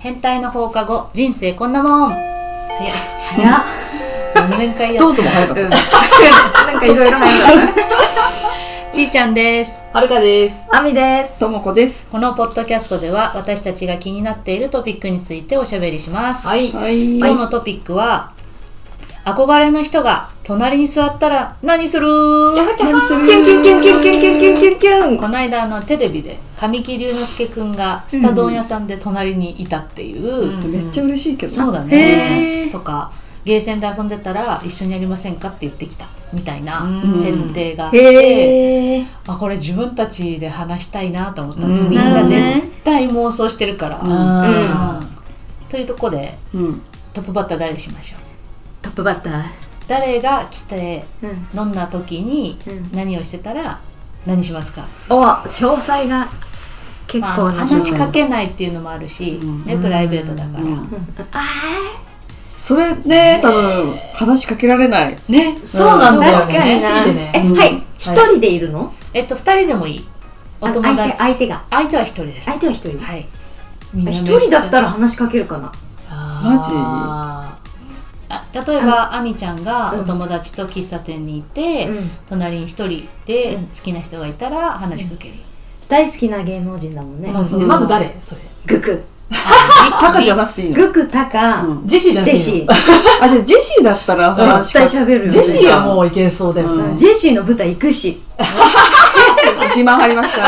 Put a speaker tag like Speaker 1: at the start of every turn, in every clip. Speaker 1: 変態の放課後人生こんなもん
Speaker 2: 早っ早っ
Speaker 1: 何千回や
Speaker 3: どうぞも早かった。
Speaker 2: うんなんかいろいろ早かっ
Speaker 1: ちーちゃんです
Speaker 2: たはるかですあみです
Speaker 3: ともこです。
Speaker 1: このポッドキャストでは私たちが気になっているトピックについておしゃべりします、
Speaker 2: はい
Speaker 3: はい。
Speaker 1: 今日のトピックは憧れの人が隣に座ったら何する
Speaker 3: 何する
Speaker 2: キュンキュンキュンキュンキュンキュンキュンキュンキュン
Speaker 1: この間あのテレビで神木隆之介くんがスタ丼屋さんで隣にいたっていう、
Speaker 2: うん
Speaker 3: それめっちゃ嬉しいけど。
Speaker 1: そうだ
Speaker 2: へ
Speaker 1: ね
Speaker 2: ー
Speaker 1: とかゲーセンで遊んでたら一緒にやりませんかって言ってきたみたいな
Speaker 2: うん
Speaker 1: 設定があって、
Speaker 2: へえ
Speaker 1: あこれ自分たちで話したいなと思ったんです、
Speaker 3: うん
Speaker 1: みん
Speaker 2: なる
Speaker 1: な
Speaker 2: ほど
Speaker 1: 絶
Speaker 2: ね
Speaker 1: 対妄想してるから。
Speaker 2: ん
Speaker 1: うんというとこで
Speaker 3: うん。
Speaker 1: トップバッター誰にしましょう
Speaker 2: トップバッター
Speaker 1: 誰が来て
Speaker 2: うん
Speaker 1: どんな時に
Speaker 2: うん
Speaker 1: 何をしてたら何しますか、
Speaker 2: お詳細が結
Speaker 1: ま
Speaker 2: 構
Speaker 1: あ、
Speaker 2: な
Speaker 1: 話しかけないっていうのもあるし、
Speaker 3: うん
Speaker 1: ね、プライベートだから、
Speaker 3: うんそれね、多分、話しかけられない。
Speaker 1: ね
Speaker 3: そうなんだよね
Speaker 2: 確かにな
Speaker 3: 好きでね
Speaker 2: え
Speaker 3: うん
Speaker 2: はい一人でいるの
Speaker 1: えっと2人でもいいお
Speaker 2: あ
Speaker 1: 友
Speaker 2: 相
Speaker 1: 達
Speaker 2: 手相手が
Speaker 1: 相手は一人です
Speaker 2: 相手は一人
Speaker 1: はい
Speaker 2: 一人だったら話しかけるかな
Speaker 3: マジ
Speaker 1: あ例えばあみちゃんが
Speaker 2: うん
Speaker 1: お友達と喫茶店にいて、
Speaker 2: うん
Speaker 1: 隣に一人で
Speaker 2: うん
Speaker 1: 好きな人がいたら話しかける、
Speaker 2: 大好きな芸能人だもんね
Speaker 1: そうそうそう
Speaker 4: まず誰それ
Speaker 2: グク
Speaker 1: あ
Speaker 3: タカじゃなくていいの
Speaker 2: グクタカ
Speaker 3: うん
Speaker 4: ジェシーじゃな
Speaker 2: ジェ
Speaker 4: くていい
Speaker 2: シー
Speaker 3: あ、じゃあジェシーだったら話
Speaker 2: 絶
Speaker 3: しか
Speaker 2: 対
Speaker 3: け
Speaker 2: 喋るよね
Speaker 4: ジェシーはもういけそうだよ
Speaker 3: う
Speaker 4: ね
Speaker 3: ん
Speaker 2: ジェシーの舞台行くし
Speaker 3: 自慢張りました。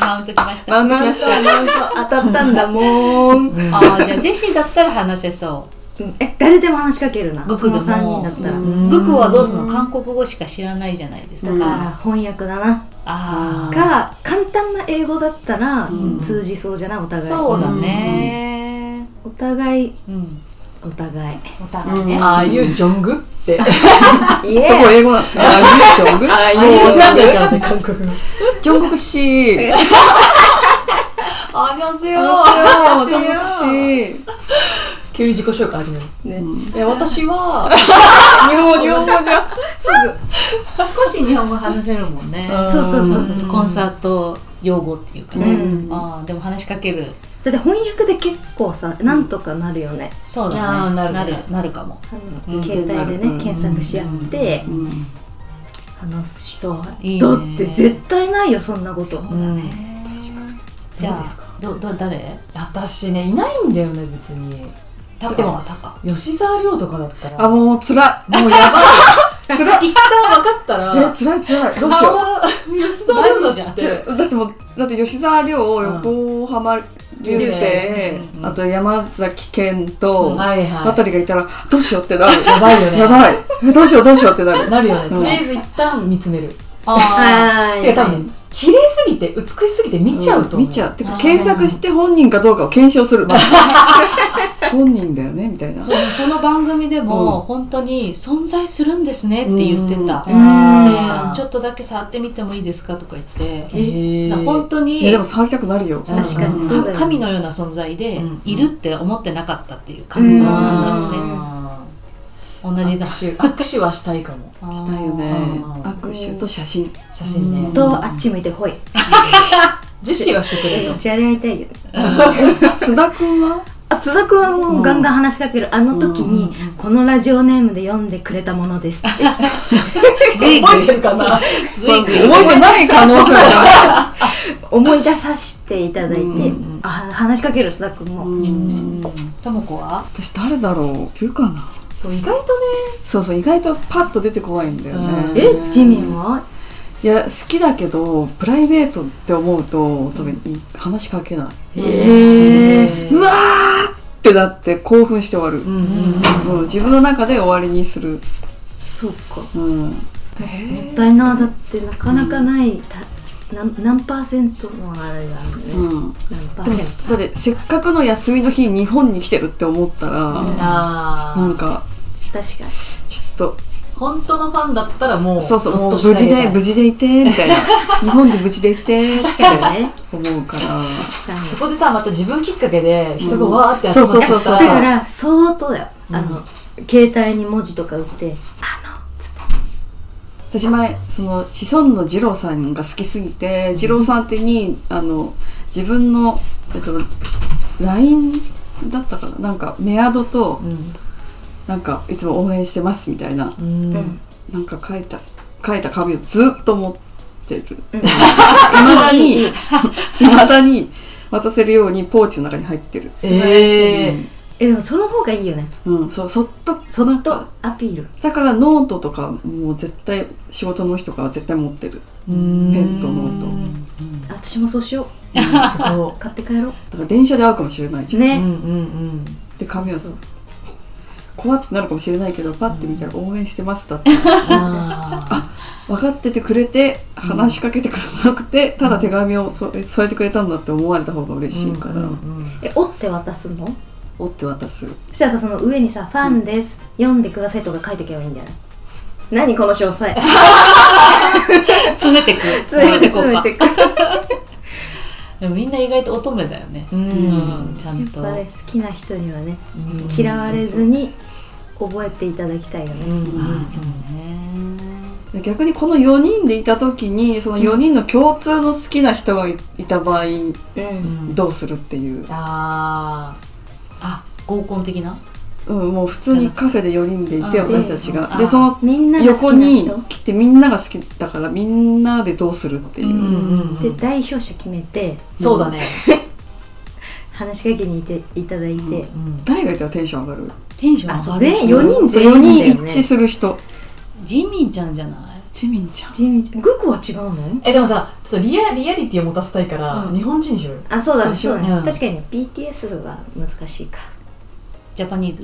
Speaker 1: マウントきました
Speaker 3: マウントきまし
Speaker 2: そうなんか当たったんだもん
Speaker 1: あーじゃあジェシーだったら話せそ
Speaker 2: え誰でも話しかけるな
Speaker 4: グ
Speaker 2: そ
Speaker 4: クで
Speaker 2: の3人
Speaker 4: も
Speaker 2: だっ
Speaker 1: う、
Speaker 2: たら
Speaker 4: ん
Speaker 1: グクはどうするの韓国語しか知らないじゃないですか、
Speaker 3: うん
Speaker 1: あ
Speaker 2: あー翻訳だな
Speaker 1: あ
Speaker 2: か簡単な英語だったら通じそうじゃないお互い
Speaker 1: そうだね
Speaker 2: お互い
Speaker 1: うん、
Speaker 2: お互い
Speaker 1: お互いね、
Speaker 4: ああいうジョングって
Speaker 2: イ
Speaker 3: た。そこ英語なの。あ、ジョング
Speaker 4: ああいうなんだからね韓国語
Speaker 3: ジョングクシー。
Speaker 4: あにゃんせよ
Speaker 3: あジョングクシー。
Speaker 4: 急に自己紹介始める
Speaker 3: ね
Speaker 4: え私は
Speaker 3: 日本、日本語じゃ。す
Speaker 1: 少し日本語話せるもんね、
Speaker 2: そうそうそうそう
Speaker 1: コンサート用語っていうかね、
Speaker 2: うん
Speaker 1: あーでも話しかける
Speaker 2: だって翻訳で結構さなんとかなるよね
Speaker 1: そう
Speaker 4: あ
Speaker 1: だ
Speaker 4: ー
Speaker 1: ね
Speaker 4: な
Speaker 1: な
Speaker 4: るね
Speaker 1: るなるかも
Speaker 2: あ
Speaker 3: う
Speaker 2: の
Speaker 3: ん
Speaker 2: 携帯
Speaker 3: 全
Speaker 2: で
Speaker 3: 然な
Speaker 2: ね
Speaker 3: る
Speaker 2: 検索し合って
Speaker 3: ぐ。うん
Speaker 2: 話す人はい
Speaker 1: いね
Speaker 2: だって絶対ないよそんなこと
Speaker 1: そうだね、じゃ
Speaker 4: どうです
Speaker 1: あどど誰
Speaker 4: 私ねいないんだよね別に
Speaker 1: タカ
Speaker 4: でも
Speaker 1: はタカ
Speaker 4: 吉沢亮とかだったら
Speaker 3: あ、もう辛い。もうやばい。辛い。
Speaker 4: 一旦分かったら
Speaker 3: え、辛い辛い。どうしよう。
Speaker 4: 吉沢亮だ
Speaker 1: マジじゃん
Speaker 4: っ
Speaker 3: ち
Speaker 4: て
Speaker 3: ょだってもうだって吉沢亮、横浜流星、
Speaker 4: 流星
Speaker 3: あと山崎賢と、
Speaker 4: はいは
Speaker 3: あたりがいたらどうしようってなる
Speaker 4: やばいよね
Speaker 3: やばいえどうしようどうしようってなる
Speaker 4: なるよね
Speaker 3: うん
Speaker 4: とりあえず一旦見つめる
Speaker 1: あ
Speaker 2: は
Speaker 4: てか多分ね綺麗すぎて美しすぎて見ちゃうと思う
Speaker 3: 見ちゃうてか
Speaker 1: あー
Speaker 3: 検索して本人かどうかを検証する本人だよねみたいな
Speaker 1: あそうその番組でも本当に存在するんですねって言ってた、
Speaker 2: う
Speaker 1: であ
Speaker 4: あ
Speaker 1: の
Speaker 4: ー
Speaker 1: ちょっとだけ触ってみてもいいですかとか言って、
Speaker 4: へ
Speaker 1: だから本当に
Speaker 3: いやでも触りたくなるよ
Speaker 1: うん
Speaker 2: 確かにそうだよね
Speaker 1: 神のような存在で
Speaker 4: うん
Speaker 1: いるって思ってなかったっていう感想なんだろうね、同じだし
Speaker 4: 握手握手はしたいかも
Speaker 3: したいよね
Speaker 4: うん
Speaker 3: 握手と写真
Speaker 4: 写真ね、
Speaker 1: うん
Speaker 2: とあっち向いてほ い
Speaker 4: ジェシーがしてくれる
Speaker 2: 持
Speaker 4: の
Speaker 2: ち歩いたいよ
Speaker 3: 須田くんは
Speaker 2: あ須田君はもうガンガン話しかけるあの時
Speaker 1: う
Speaker 2: に
Speaker 1: ん
Speaker 2: このラジオネームで読んでくれたものですって
Speaker 1: グイグ
Speaker 4: 覚え
Speaker 1: イ
Speaker 4: てるかな
Speaker 1: グイグイ
Speaker 3: 覚えてない可能性もあ
Speaker 2: 思い出させていただいて
Speaker 3: うんうん
Speaker 2: あ話しかける須田君
Speaker 3: る
Speaker 2: も
Speaker 3: うん
Speaker 1: ともこは
Speaker 3: 私誰だろういるかな
Speaker 4: そう意外と
Speaker 3: そうそう意外とパッと出てこないんだよ
Speaker 4: う
Speaker 3: ね
Speaker 4: ん
Speaker 2: えジミンはい
Speaker 3: や好きだけどプライベートって思うと多分い話しかけない、
Speaker 2: へえ
Speaker 3: うわーってなって興奮して終わる、
Speaker 4: うんうん
Speaker 3: うん自分の中で終わりにする、
Speaker 2: そっかも
Speaker 3: うん、
Speaker 2: ったいなだってなかなかないたなん何パーセントのあれがある
Speaker 3: う
Speaker 2: ね
Speaker 3: ん、
Speaker 2: 何パ
Speaker 3: で
Speaker 2: ー
Speaker 3: も
Speaker 2: セン
Speaker 3: だってせっかくの休みの日日本に来てるって思ったら、
Speaker 4: あ
Speaker 3: な
Speaker 4: ー
Speaker 3: んか
Speaker 2: ト確かに
Speaker 3: ちょっと
Speaker 4: 本当のファンだったらもう
Speaker 3: そうそう
Speaker 4: っ
Speaker 3: 無
Speaker 4: として
Speaker 3: 事
Speaker 4: あげ
Speaker 3: で
Speaker 4: たい
Speaker 3: 無事でいてみた いな日本で無事でいてって
Speaker 2: 確かにね
Speaker 3: 思うから
Speaker 2: 確かに
Speaker 4: そこでさまた自分きっかけで人がわーって
Speaker 3: うんそうそうそうそう
Speaker 2: だから相当だよあの携帯に文字とか打ってあのつって
Speaker 3: 私前そのシソンの二郎さんが好きすぎて二郎さん宛てにあの自分のえっと LINE だったかななんかメアドと
Speaker 4: うん
Speaker 3: なんかいつも応援してますみたいな
Speaker 4: うん
Speaker 2: うん
Speaker 3: なんか書いた書いた紙をずっと持ってるい
Speaker 2: うん
Speaker 3: まだに いまだに渡せるようにポーチの中に入ってる、
Speaker 2: 素晴らしい
Speaker 4: えー
Speaker 2: えでもその方がいいよね
Speaker 3: うん、そうそっと
Speaker 2: そ
Speaker 3: なん
Speaker 2: っと
Speaker 3: か
Speaker 2: アピール
Speaker 3: だからノートとかもう絶対仕事の日とかは絶対持ってる
Speaker 4: うん
Speaker 3: ペンとノート
Speaker 2: 私もそうしよ
Speaker 4: そう
Speaker 2: 買って帰ろ
Speaker 3: だから電車で会うかもしれないじゃん、
Speaker 4: う
Speaker 2: ね、
Speaker 4: んうん
Speaker 3: で紙を
Speaker 2: そう
Speaker 3: 怖ってなるかもしれないけどパッて見たら応援してますだって
Speaker 4: あ
Speaker 3: 分かっててくれて話しかけてくれなくて、ただ手紙をそ添えてくれたんだって思われた方が嬉しいから、
Speaker 2: え折って渡すの
Speaker 3: おって渡す
Speaker 2: そしたらさその上にさ「ファンです、読んでください」とか書いてけばいいんじゃない何この詳細
Speaker 1: 詰めてく詰めてこうか
Speaker 2: 詰めてく
Speaker 1: でもみんな意外と乙女だよね、
Speaker 4: うん
Speaker 1: うんちゃん
Speaker 2: や
Speaker 1: と
Speaker 2: っぱね好きな人にはね
Speaker 4: うん
Speaker 2: 嫌われずに覚えていただきたいよね、
Speaker 1: ああそうね
Speaker 3: で逆にこの4人でいた時にその4人の共通の好きな人がいいた場合
Speaker 2: うん
Speaker 3: どうするっていう、
Speaker 4: あ
Speaker 1: あ合コン的な
Speaker 3: うん、もう普通にカフェで4人でいて
Speaker 1: うん
Speaker 3: 私たちが、
Speaker 1: うん
Speaker 3: でその
Speaker 2: みんなが好
Speaker 3: 横
Speaker 2: きな
Speaker 3: に
Speaker 2: 人
Speaker 3: 来てみんなが好きだからみんなでどうするっていう、
Speaker 4: うんうん
Speaker 2: で代表者決めて
Speaker 4: そうだね
Speaker 2: 話しかけにいていただいて、
Speaker 3: 誰がいたらテンション上がる
Speaker 1: テンション
Speaker 2: あ
Speaker 1: 上
Speaker 2: そ
Speaker 1: がる
Speaker 2: う全員4人全
Speaker 3: 4
Speaker 2: 員だ
Speaker 3: 人
Speaker 2: よ
Speaker 3: 一
Speaker 2: ね
Speaker 3: 致する人
Speaker 1: ジミンちゃんじゃない
Speaker 3: ジミンちゃん
Speaker 2: 地道グクは違うの
Speaker 4: えでもさちょっとリアリアリティを持たせたいから、
Speaker 1: うん
Speaker 4: 日本人にしようよ
Speaker 2: あそうだね
Speaker 3: そ
Speaker 2: そうう
Speaker 3: し
Speaker 2: だ
Speaker 3: よ
Speaker 2: ね
Speaker 4: ううん
Speaker 2: 確かに BTS は難しいか
Speaker 1: ジャパニーズ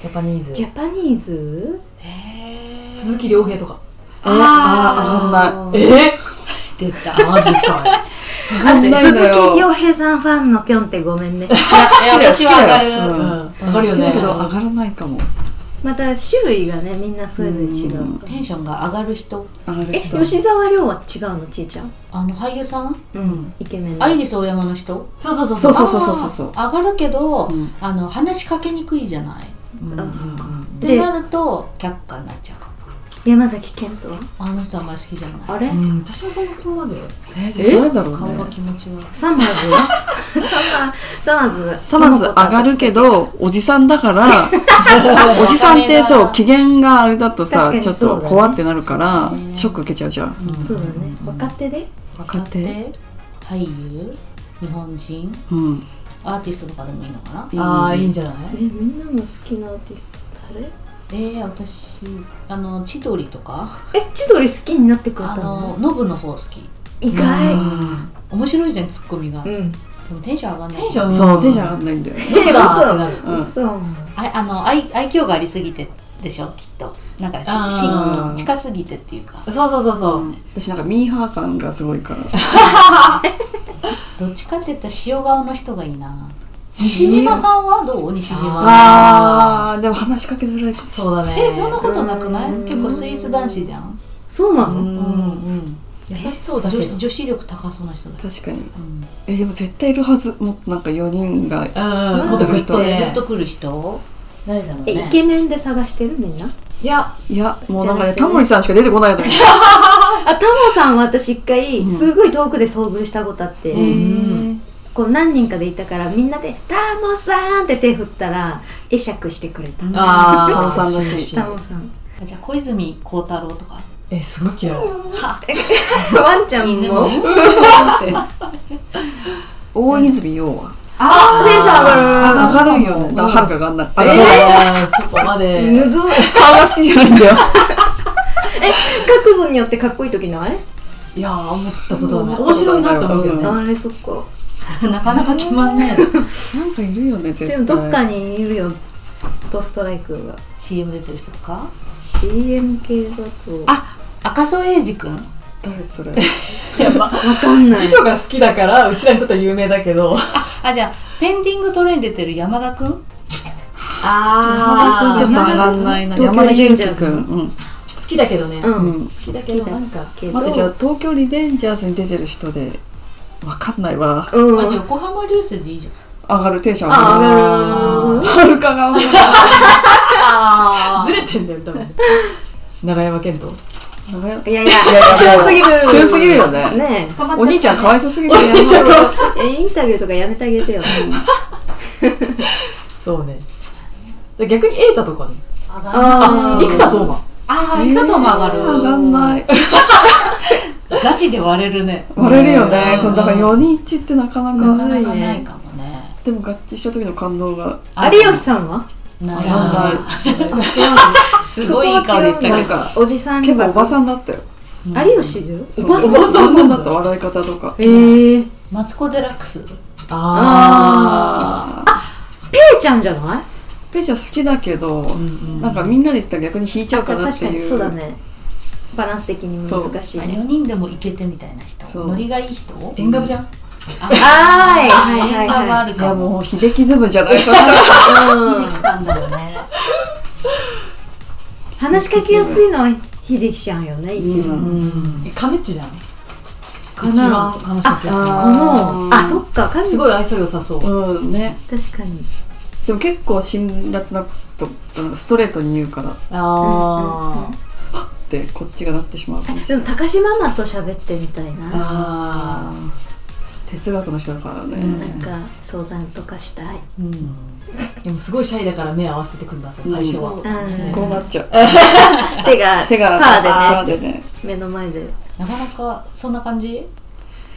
Speaker 4: ジャパニーズ
Speaker 2: ジャパニーズ
Speaker 1: へ
Speaker 4: 鈴木亮平とか
Speaker 3: あー上がんない
Speaker 4: え
Speaker 1: 出た
Speaker 4: マジかよ
Speaker 3: 上がんない
Speaker 2: 鈴
Speaker 3: のよ
Speaker 2: 木亮平さんファンのぴょんってごめんね
Speaker 4: いや
Speaker 3: 好きだよ
Speaker 4: 私は上が
Speaker 3: 好きだよ
Speaker 4: る、うん、上がるよ
Speaker 3: 好き
Speaker 4: ね
Speaker 3: だけど上がらないかも
Speaker 2: また種類がねみんなそれぞれ違う
Speaker 3: うん
Speaker 1: テンションが上がる人
Speaker 3: 上がる
Speaker 2: え
Speaker 3: 人
Speaker 2: 吉沢亮は違うのちいちゃん
Speaker 1: あの俳優さん
Speaker 2: うんイケメンの
Speaker 1: アイリス大山の人
Speaker 4: そうそうそう
Speaker 3: そうそうそうそうそうそう
Speaker 1: 上がるけど、
Speaker 3: うん
Speaker 1: あの話しかけにくいじゃない、
Speaker 4: うん
Speaker 2: あそうか
Speaker 1: っ
Speaker 2: で
Speaker 1: てなると却下になっちゃう
Speaker 2: 山崎賢人は
Speaker 1: あの人あんまり好きじゃない
Speaker 2: あれ、
Speaker 4: うん、私はそんな顔まで
Speaker 3: えじゃあ誰だろう
Speaker 1: 顔が
Speaker 3: ね
Speaker 1: 気持ち悪い
Speaker 2: サマーズは サマーズ
Speaker 3: さまず上がるけどおじさんだからおじさんってそう機嫌があれだと
Speaker 2: 確
Speaker 3: さ
Speaker 2: かに
Speaker 3: ちょっ
Speaker 2: そうだ
Speaker 3: と
Speaker 2: ね
Speaker 3: 怖ってなるから
Speaker 1: そうね
Speaker 3: ショック受けちゃうじゃん
Speaker 2: そうだね若手で
Speaker 3: 若手
Speaker 1: 俳優日本人
Speaker 3: うん
Speaker 1: アーティストとかでもいいのかな
Speaker 4: ああいいんじゃない
Speaker 2: えみんなの好きなアーティスト誰
Speaker 1: えー、私あの千鳥とか
Speaker 2: え千鳥好きになってくれ
Speaker 1: あ
Speaker 2: た
Speaker 1: の
Speaker 2: の
Speaker 1: ノブの方好き
Speaker 2: 意外
Speaker 1: 面白いじゃんツッコミが、で
Speaker 2: ん
Speaker 1: もテンション上がんない
Speaker 4: テンション
Speaker 3: そうテンション上がんないんだよね
Speaker 4: 上がる
Speaker 3: うん
Speaker 2: そう
Speaker 1: ああの愛愛嬌がありすぎてでしょきっとなんか
Speaker 4: あー
Speaker 1: ち親近すぎてっていうか
Speaker 4: そうそうそうそう、
Speaker 3: 私なんかミーハー感がすごいから
Speaker 1: どっちかって言ったら塩顔の人がいいな西島さんはどう西島
Speaker 3: あーでも話しかけづらいかもしれ
Speaker 4: そうだね
Speaker 1: えそんなことなくない
Speaker 2: うん
Speaker 1: 結構スイーツ男子じゃん
Speaker 2: そうな
Speaker 4: う、
Speaker 2: の
Speaker 1: うんん
Speaker 4: 優しそうだけ
Speaker 1: 女
Speaker 4: ど
Speaker 1: 子女子力高そうな人だ
Speaker 3: ない確かに
Speaker 1: うん
Speaker 3: えでも絶対いるはずもっとなんか4人が
Speaker 4: うんうん、
Speaker 2: ん
Speaker 4: もっとグッと
Speaker 1: グ
Speaker 4: ね
Speaker 1: ッとくる人誰だろう
Speaker 2: え
Speaker 1: ね
Speaker 2: イケメンで探してるみんない
Speaker 4: や
Speaker 3: いやもうなんか
Speaker 2: じゃな
Speaker 3: ね
Speaker 2: くて
Speaker 3: タモリさんしか出てこないの よ
Speaker 2: あタモさんは私一回すごい遠くで遭遇したことあって、
Speaker 1: ー
Speaker 2: こう何人かでいたからみんなで「タモさん!」って手振ったら会釈してくれた、
Speaker 4: あ
Speaker 3: タモさんらしい
Speaker 2: タモ さん
Speaker 1: あじゃあ小泉孝太郎とか
Speaker 4: えすごい嫌い
Speaker 1: は
Speaker 2: ワンちゃん
Speaker 1: 犬
Speaker 2: も
Speaker 1: も
Speaker 3: 大泉洋は
Speaker 2: あーテンション上がる
Speaker 3: 上がるよねだからはるかが上がんない上がらない
Speaker 4: えー、そこまで
Speaker 2: むずっ
Speaker 3: 顔が好きじゃないんだよ
Speaker 2: え角度によってかっこいい時ない
Speaker 4: いやー思ったことはない面白いなって思うけどね、
Speaker 3: うん
Speaker 2: あれそっか
Speaker 1: なかなか決まんない
Speaker 3: なんかいるよね絶対
Speaker 2: でもどっかにいるよドストライクが
Speaker 1: CM 出てる人とか
Speaker 2: CM 系だとあ
Speaker 1: あ赤楚衛二君
Speaker 3: 誰それ
Speaker 4: やっぱ
Speaker 2: わかんない
Speaker 4: 次女が好きだからうちらにとっては有名だけど
Speaker 1: あじゃあペンディングトレイン出てる山田君
Speaker 4: あ
Speaker 3: ちょっと上がんないな山田裕貴くん、うん
Speaker 4: 好きだけどね、
Speaker 2: う
Speaker 4: 好
Speaker 2: ん、
Speaker 3: うん、
Speaker 4: きだけどなんか
Speaker 2: けど
Speaker 3: 待ってじゃあ東京リベンジャーズに出てる人でわかんないわ
Speaker 2: うん
Speaker 1: あじゃあ横浜流星でいいじゃん
Speaker 3: 上がるテンション上が
Speaker 2: あ
Speaker 3: る
Speaker 2: 上がる
Speaker 3: はるかが上がる
Speaker 1: あ
Speaker 4: ずれてんだよ多分長山健人
Speaker 3: 長 屋
Speaker 2: いやいや
Speaker 3: いや
Speaker 2: 旬すぎる
Speaker 3: 旬すぎるよね
Speaker 2: ね
Speaker 1: 捕まっちゃったね
Speaker 3: お兄ちゃんかわいそうすぎる
Speaker 2: え
Speaker 3: ね
Speaker 2: ちょっといやインタビューとかやめてあげてよ
Speaker 4: そうねで逆に瑛太とかね
Speaker 1: 上がる
Speaker 2: あ
Speaker 4: あ
Speaker 2: ー
Speaker 4: 生田斗真
Speaker 1: あー、いくとも上がる。
Speaker 3: 上がんない
Speaker 1: ガチで割れるね。
Speaker 3: 割れるよね
Speaker 1: うん
Speaker 3: これだから4人一致ってなかな
Speaker 1: なかなか
Speaker 3: か
Speaker 1: ないかもね。
Speaker 3: でも合致した時の感動が
Speaker 2: 有吉さんは
Speaker 1: な
Speaker 4: あ
Speaker 1: い
Speaker 4: ら
Speaker 1: な
Speaker 4: ない
Speaker 2: あ違うの
Speaker 1: すごいいい顔で言ったけど
Speaker 3: なんか
Speaker 2: おじさん
Speaker 3: 結構おば
Speaker 2: ん
Speaker 3: さんだったよ
Speaker 2: 有吉いるおばさ
Speaker 3: お
Speaker 2: ん
Speaker 3: ばさんだった笑い方とか
Speaker 2: えー
Speaker 1: マツコ・デラックス
Speaker 4: あ
Speaker 2: ペイちゃんじゃない
Speaker 3: ペイちゃん好きだけど、
Speaker 4: んうん
Speaker 3: なんかみんなで言ったら逆に引いちゃうかなっていう
Speaker 2: そうだねバランス的に難しいね
Speaker 1: 4人でもイケてみたいな人
Speaker 3: そう
Speaker 1: ノリがいい人
Speaker 4: ー縁側じゃん
Speaker 2: はいはいは
Speaker 1: 縁
Speaker 2: い
Speaker 1: 側が
Speaker 2: は
Speaker 1: ある
Speaker 3: い
Speaker 1: か
Speaker 3: やも
Speaker 1: も
Speaker 3: う秀樹ズムじゃないか
Speaker 2: い、うん
Speaker 1: 秀樹さんだよね
Speaker 2: 話しかけやすいのは秀樹ちゃんよね一番、
Speaker 3: うん
Speaker 1: うん
Speaker 4: カメッチじゃん
Speaker 2: かな
Speaker 4: 一番話しかけやすい
Speaker 3: あ
Speaker 2: このあそっか神
Speaker 4: すごい愛想良さそう
Speaker 3: なうんね
Speaker 2: 確かに
Speaker 3: でも結構辛辣なことなんかストレートに言うからっ
Speaker 4: あー
Speaker 3: てこっちがなってしまうかもし
Speaker 2: ちょっと高島ママと喋ってみたいな
Speaker 4: あ
Speaker 3: 哲学の人だからね、
Speaker 2: なんか相談とかしたい
Speaker 4: ーでもすごいシャイだから目合わせてくんださ最初は、
Speaker 1: うん
Speaker 2: うん
Speaker 3: こうなっちゃう
Speaker 2: 手が
Speaker 3: 手が
Speaker 2: パー
Speaker 3: パ
Speaker 2: でね
Speaker 3: ーでね
Speaker 2: 目の前で
Speaker 1: なかなかそんな感じ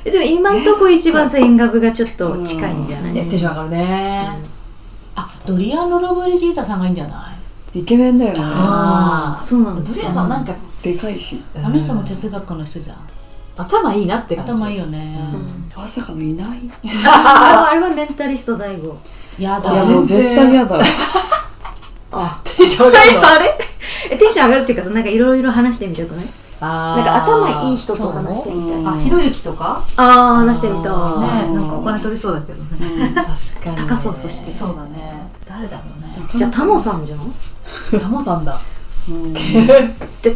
Speaker 2: えでも今んとこ一番全員学がちょっと近いんじゃない、
Speaker 4: ねテンション上がるね、
Speaker 1: あドリアン・ロロブリジータさんがいいんじゃない
Speaker 3: イケメンだよね
Speaker 4: あ
Speaker 2: そうなんだ
Speaker 4: とりあえずなんか、
Speaker 3: でかいし
Speaker 1: あの人も哲学の人じゃん
Speaker 4: 頭いいなって感じ
Speaker 1: 頭いいよね
Speaker 3: まさかのいないい
Speaker 2: ああれはメンタリスト大悟
Speaker 1: やだ
Speaker 3: や
Speaker 4: 全然
Speaker 3: もう絶対嫌だ
Speaker 2: あ
Speaker 4: テンション上がるわ
Speaker 2: あれえテンション上がるっていうかそのなんかいろいろ話してみたくない
Speaker 4: な
Speaker 2: なんか頭いい人と話してみたい
Speaker 3: うん
Speaker 1: あひろゆきとか
Speaker 2: ああ話してみ
Speaker 1: ね
Speaker 2: たい
Speaker 1: なんかお金取りそうだけどね
Speaker 4: 確かに、
Speaker 2: 高そうそして
Speaker 1: そうだね誰だろうね
Speaker 2: じゃあタモさんじゃん
Speaker 4: タモさんだ
Speaker 3: うん
Speaker 2: で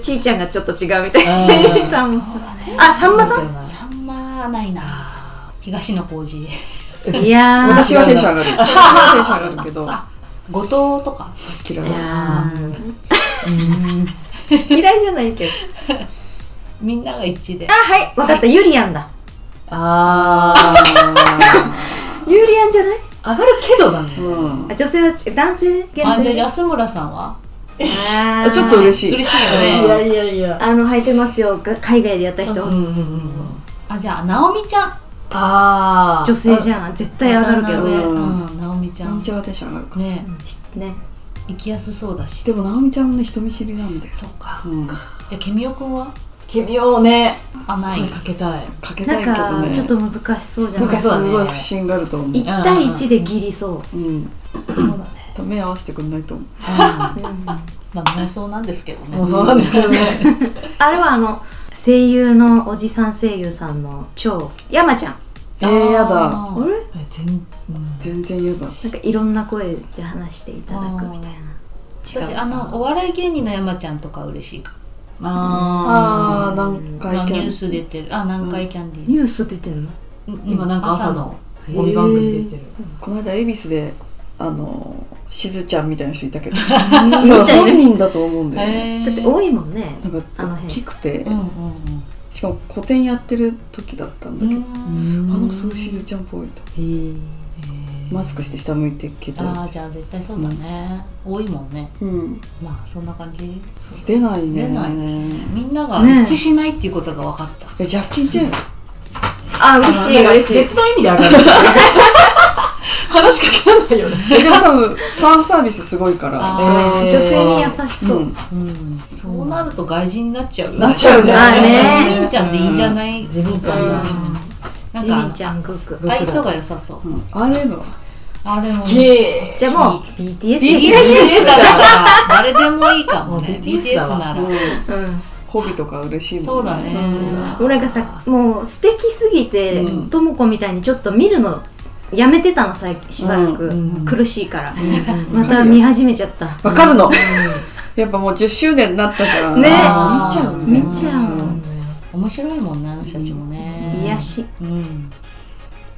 Speaker 2: ちーちゃんがちょっと違うみたい
Speaker 4: あ
Speaker 2: な
Speaker 4: ー
Speaker 2: さんも あさんまさん
Speaker 1: さんまないな東野幸治
Speaker 2: いやー
Speaker 3: 私はテンション上がる私はテンション上がるけど
Speaker 1: 後藤とか
Speaker 3: 嫌
Speaker 2: い
Speaker 3: い
Speaker 2: やー嫌いじゃないけど
Speaker 1: みんなが一致で
Speaker 2: あはい分かったユリアンだ
Speaker 4: あ
Speaker 2: ユリアンじゃない
Speaker 4: ー上がるけどだね
Speaker 3: うん
Speaker 2: あ女性はち男性限定
Speaker 1: あじゃあ安村さんは
Speaker 2: あ
Speaker 3: ちょっと嬉
Speaker 2: しい
Speaker 3: しい
Speaker 1: 嬉しいよね
Speaker 4: いやいや
Speaker 2: あの履いてますよが海外でやった人
Speaker 1: そう
Speaker 4: うん
Speaker 2: 女
Speaker 4: うんうん
Speaker 1: あじゃあ直美ちゃん
Speaker 4: ああ
Speaker 2: 性じゃん絶対上がるけ
Speaker 1: 渡
Speaker 2: ど
Speaker 1: 辺
Speaker 3: う
Speaker 1: うん直美ちゃ
Speaker 3: 直
Speaker 1: ん
Speaker 3: 美ちゃんはテンション上がるか
Speaker 1: ね
Speaker 2: ね
Speaker 1: 行きやすそうだし
Speaker 3: でも直美ちゃんもね人見知りなんで
Speaker 1: そうか
Speaker 3: うん
Speaker 1: じゃあケミオくんは
Speaker 4: ケミオをね
Speaker 1: あない
Speaker 4: 声かけたい
Speaker 3: かけた
Speaker 2: ないん
Speaker 3: けど
Speaker 2: か
Speaker 3: ね
Speaker 2: ちょっと難しそうじゃ
Speaker 3: な
Speaker 2: なん
Speaker 3: か
Speaker 2: いです
Speaker 3: す
Speaker 2: か
Speaker 4: そう
Speaker 3: ご
Speaker 4: だ
Speaker 3: い
Speaker 4: ね
Speaker 3: 不審があると思う
Speaker 2: 1対1でギリそう
Speaker 3: うん
Speaker 1: そうだね
Speaker 3: と目合わせてくんないと思う
Speaker 1: まあ妄想なんですけどね
Speaker 4: もうそうなんですけどね
Speaker 2: あれはあの声優のおじさん声優さんの超山ちゃん
Speaker 3: えーやだ
Speaker 1: あ
Speaker 2: あれ
Speaker 4: 全うん
Speaker 3: 全然嫌だ
Speaker 2: なんかいろんな声で話していただくみたいな
Speaker 1: 私
Speaker 2: 違う
Speaker 1: あのお笑い芸人の山ちゃんとか嬉しい
Speaker 4: あ
Speaker 3: あーなん
Speaker 1: ま
Speaker 3: か
Speaker 1: あ
Speaker 3: い
Speaker 1: ニ
Speaker 3: け
Speaker 1: ュース出てるあ南海キャンディー
Speaker 2: ニュース出てんの
Speaker 1: うん
Speaker 4: 今なんか朝の
Speaker 2: へー
Speaker 4: 帯番組出てる
Speaker 3: この間恵比寿であのしずちゃんみたいな人いたけど
Speaker 2: み
Speaker 3: 多分
Speaker 2: たい
Speaker 3: 本
Speaker 2: な
Speaker 3: 人だと思うんだよ
Speaker 1: へ
Speaker 3: ね
Speaker 1: ー
Speaker 2: だって多いもんね
Speaker 3: なんか
Speaker 2: あの辺
Speaker 3: 大きくて
Speaker 1: うんうん
Speaker 3: しかも個展やってる時だったん
Speaker 1: う
Speaker 3: だけど
Speaker 1: ん
Speaker 3: あのすごいしずちゃんっぽいと
Speaker 4: へー
Speaker 3: マスクして下向いてきて
Speaker 1: ああじゃあ絶対そうだね多いもんね
Speaker 3: うん
Speaker 1: まあそんな感じ
Speaker 3: 出ないね
Speaker 1: 出ないですねみんなが
Speaker 2: ね
Speaker 1: 一致しないっていうことが分かった
Speaker 3: えジャッキー・チェン
Speaker 2: あ嬉しい嬉しい
Speaker 4: 別の意味で上がる話しかけらんないよね
Speaker 3: えでも多分ファンサービスすごいから
Speaker 1: あ
Speaker 2: 女性に優しそう、
Speaker 3: うん
Speaker 1: うんそうなると外人になっちゃうよ
Speaker 3: なっちゃうね
Speaker 2: まあね
Speaker 1: 地味んちゃんでいいんじゃない
Speaker 4: 地味ちゃんが
Speaker 1: な
Speaker 2: ジ
Speaker 1: ん
Speaker 2: ミー
Speaker 1: か
Speaker 2: ちゃんグク
Speaker 1: あの愛想が良さそう
Speaker 3: うん RM は
Speaker 1: あれも
Speaker 4: 好き
Speaker 2: じゃあもう BTS
Speaker 1: ですだから誰でもいいかも
Speaker 4: も
Speaker 1: ね
Speaker 4: う BTS だ
Speaker 1: BTS
Speaker 4: わ
Speaker 1: なら
Speaker 3: うん
Speaker 2: うん
Speaker 3: ホビとか嬉しい
Speaker 1: そ
Speaker 3: も
Speaker 1: うん
Speaker 3: ね
Speaker 1: だね
Speaker 2: もうなんかさもう素敵すぎて
Speaker 3: うん
Speaker 2: とも子みたいにちょっと見るのやめてたのさいしばらく、
Speaker 4: うんうん
Speaker 2: 苦しいから、また見始めちゃった
Speaker 3: わかるの、やっぱもう10周年になったじゃん
Speaker 2: ね
Speaker 3: 見ちゃうんだよ
Speaker 2: 見ちゃう
Speaker 1: 面白いもんねあの人たちもね
Speaker 2: 癒やし
Speaker 1: うん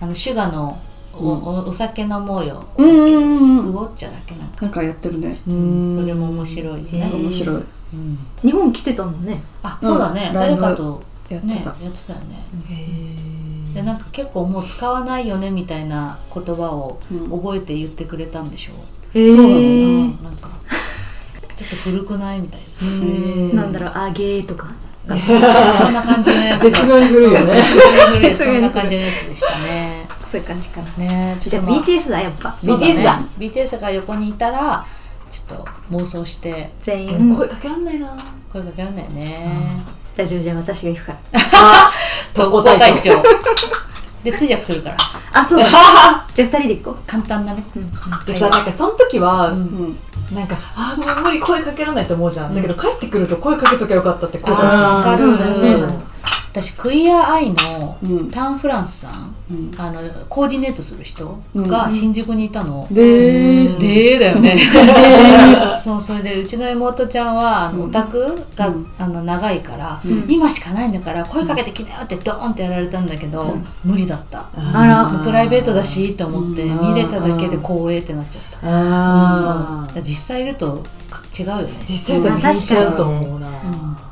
Speaker 1: あのシュガのおおお酒飲もうよ
Speaker 3: うんうんうん
Speaker 1: スウォッチャだっけなんか
Speaker 3: なんかやってるね
Speaker 1: それも面白いね
Speaker 3: 面白い
Speaker 1: うん
Speaker 2: 日本来てたもんね
Speaker 1: あそうだね、
Speaker 3: うん
Speaker 1: 誰かと
Speaker 3: やって
Speaker 1: ね
Speaker 3: た、
Speaker 1: やってたよね、
Speaker 4: へ
Speaker 1: でなんか結構もう使わないよねみたいな言葉を
Speaker 3: うん
Speaker 1: 覚えて言ってくれたんでしょう、
Speaker 2: え
Speaker 3: そうなの
Speaker 1: うん、なんかちょっと古くないみたい
Speaker 4: ー
Speaker 2: なんだろうあげーとか
Speaker 1: なそうそうそんな感じのやつ
Speaker 4: 絶妙に古いよね
Speaker 1: 絶妙に古い
Speaker 2: 絶
Speaker 1: そ
Speaker 2: 妙に古い
Speaker 1: んな感じのやつでしたね
Speaker 2: そういう感じかな
Speaker 1: ねち
Speaker 2: じ
Speaker 1: ょ
Speaker 2: ゃ
Speaker 1: っ
Speaker 2: あ
Speaker 1: と、まあ、
Speaker 2: BTS だやっぱ
Speaker 1: そう
Speaker 4: BTS だ
Speaker 1: ね BTS が横にいたらちょっと妄想して
Speaker 2: 全
Speaker 4: でも
Speaker 2: 員
Speaker 4: 声かけらんないな
Speaker 1: 声かけられないね、
Speaker 2: 大丈夫じゃあ私が行くから
Speaker 1: 特攻隊長で通訳するから
Speaker 2: あ そうだじゃあ二人で行こ
Speaker 1: 簡単だね、
Speaker 2: う、うん、
Speaker 4: でさなんかその時は、
Speaker 1: うん
Speaker 3: うん、
Speaker 4: なんかあーもうあんまり声かけられないと思うじゃん、だけど帰ってくると声かけときゃよかったって後悔する
Speaker 3: あー
Speaker 1: わかる
Speaker 3: そうだね
Speaker 1: うん私クイアアイの
Speaker 3: うん
Speaker 1: タン・フランスさん、
Speaker 3: うん
Speaker 1: あのコーディネートする人が新宿にいたの、
Speaker 3: で、
Speaker 1: でーだよね そうそれでうちの妹ちゃんはあのオタクが、あの長いから、今しかないんだから声かけてきなよってドーンってやられたんだけど、無理だった
Speaker 2: あら
Speaker 1: もうプライベートだしと思って
Speaker 4: うん
Speaker 1: 見れただけで光栄ってなっちゃった
Speaker 4: あー、
Speaker 1: 実際いると違うよね
Speaker 4: 実際だと引いちゃうと思うな、
Speaker 2: だ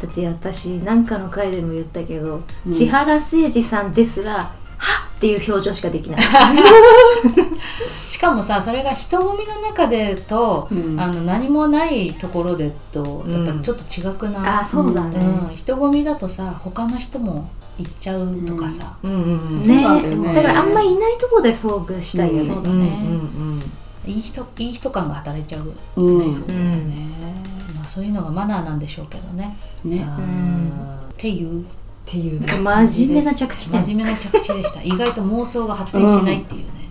Speaker 2: って私なんかの回でも言ったけど、千原誠二さんですらはっっていう表情しかできない
Speaker 1: しかもさそれが人混みの中でと、
Speaker 3: うん
Speaker 1: あの何もないところでとやっぱりちょっと違くない、
Speaker 2: あそうだね、
Speaker 1: うん、人混みだとさ他の人も行っちゃうとかさ、
Speaker 4: うんうんうん
Speaker 3: そうなんだよ
Speaker 2: ね
Speaker 3: ね
Speaker 2: だからあんまりいないとこで遭遇したいよ
Speaker 1: そう
Speaker 2: ね、
Speaker 1: だね、
Speaker 4: うんうん
Speaker 1: いい人いい人感が働いちゃう、ね
Speaker 3: うん
Speaker 1: そうだ
Speaker 4: うん
Speaker 1: ね、まあ、そういうのがマナーなんでしょうけどね
Speaker 3: ね
Speaker 4: あー
Speaker 2: うん
Speaker 1: っていう
Speaker 4: っていうね
Speaker 2: 真面目な着地点
Speaker 1: 真面目な着地でした意外と妄想が発展しないっていうね、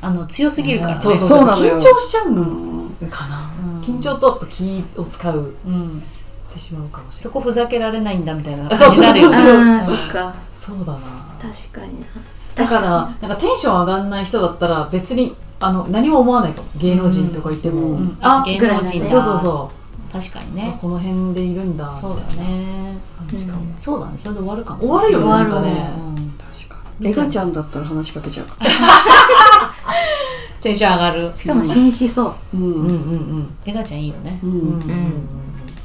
Speaker 1: あの強すぎるからね、
Speaker 4: そうそう
Speaker 3: そうなのよ
Speaker 4: 緊張しちゃうの
Speaker 3: うん
Speaker 4: かな、
Speaker 1: うん
Speaker 4: 緊張とあと気を使う
Speaker 1: うん、
Speaker 4: ってしまうかもし
Speaker 1: そ
Speaker 4: れない
Speaker 1: こふざけられないんだみたいな
Speaker 4: あそう
Speaker 1: 感
Speaker 4: そ
Speaker 1: じ
Speaker 4: う
Speaker 1: に
Speaker 4: そう
Speaker 1: な
Speaker 4: そ
Speaker 1: る
Speaker 4: う
Speaker 1: よね
Speaker 2: ああそっか
Speaker 4: そうだな
Speaker 2: 確かにな
Speaker 4: だからなんかテンション上がんない人だったら別にあの何も思わないかも芸能人とか言っても、
Speaker 3: うん
Speaker 1: あ
Speaker 2: あ
Speaker 1: 芸
Speaker 2: ぐらい
Speaker 1: 能
Speaker 2: だね
Speaker 1: 人だ
Speaker 4: そうそうそ
Speaker 1: 確かに
Speaker 4: う、
Speaker 1: ね
Speaker 4: この辺でいるんだ
Speaker 1: そうだね
Speaker 4: 感じかも、
Speaker 1: そうだねそれで終わるかも
Speaker 4: 終わるよねなん
Speaker 2: 終わ
Speaker 4: か
Speaker 2: る
Speaker 1: う
Speaker 4: ね
Speaker 1: ん
Speaker 3: 確かにエガちゃんだったら話しかけちゃうか
Speaker 1: テンション上がる
Speaker 2: しかも紳士そう
Speaker 3: うん
Speaker 4: うん
Speaker 3: う
Speaker 4: うんんうん
Speaker 1: エガちゃんいいよね
Speaker 3: うん
Speaker 4: うん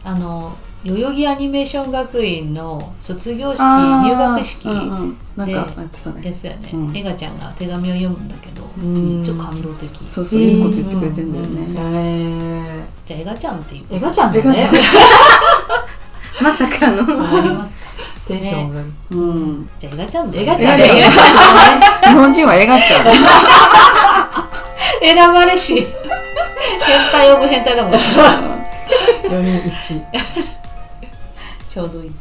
Speaker 1: あの代々木アニメーション学院の卒業式
Speaker 3: あー
Speaker 1: 入学式
Speaker 3: うんうん、なんか
Speaker 1: で
Speaker 3: やってたね
Speaker 1: ですよね、
Speaker 3: うん
Speaker 1: エガちゃんが手紙を読むんだけど、
Speaker 4: ん
Speaker 1: ちょっと感動的
Speaker 3: そうそういいこと言ってくれてんだよね、
Speaker 4: え
Speaker 1: じゃあエガちゃんっていう
Speaker 4: ー、エガちゃんだ
Speaker 3: エガち
Speaker 4: ね
Speaker 3: ゃん
Speaker 2: まさかの
Speaker 1: ありますか
Speaker 4: テンションが、
Speaker 3: うん、
Speaker 1: じゃあエガちゃんで
Speaker 4: エガちゃんで
Speaker 1: エガちゃんでね
Speaker 3: 日本人はエガちゃん
Speaker 1: 選ばれし変態オブ変態だもんね
Speaker 4: 4人一致
Speaker 1: ちょうどいい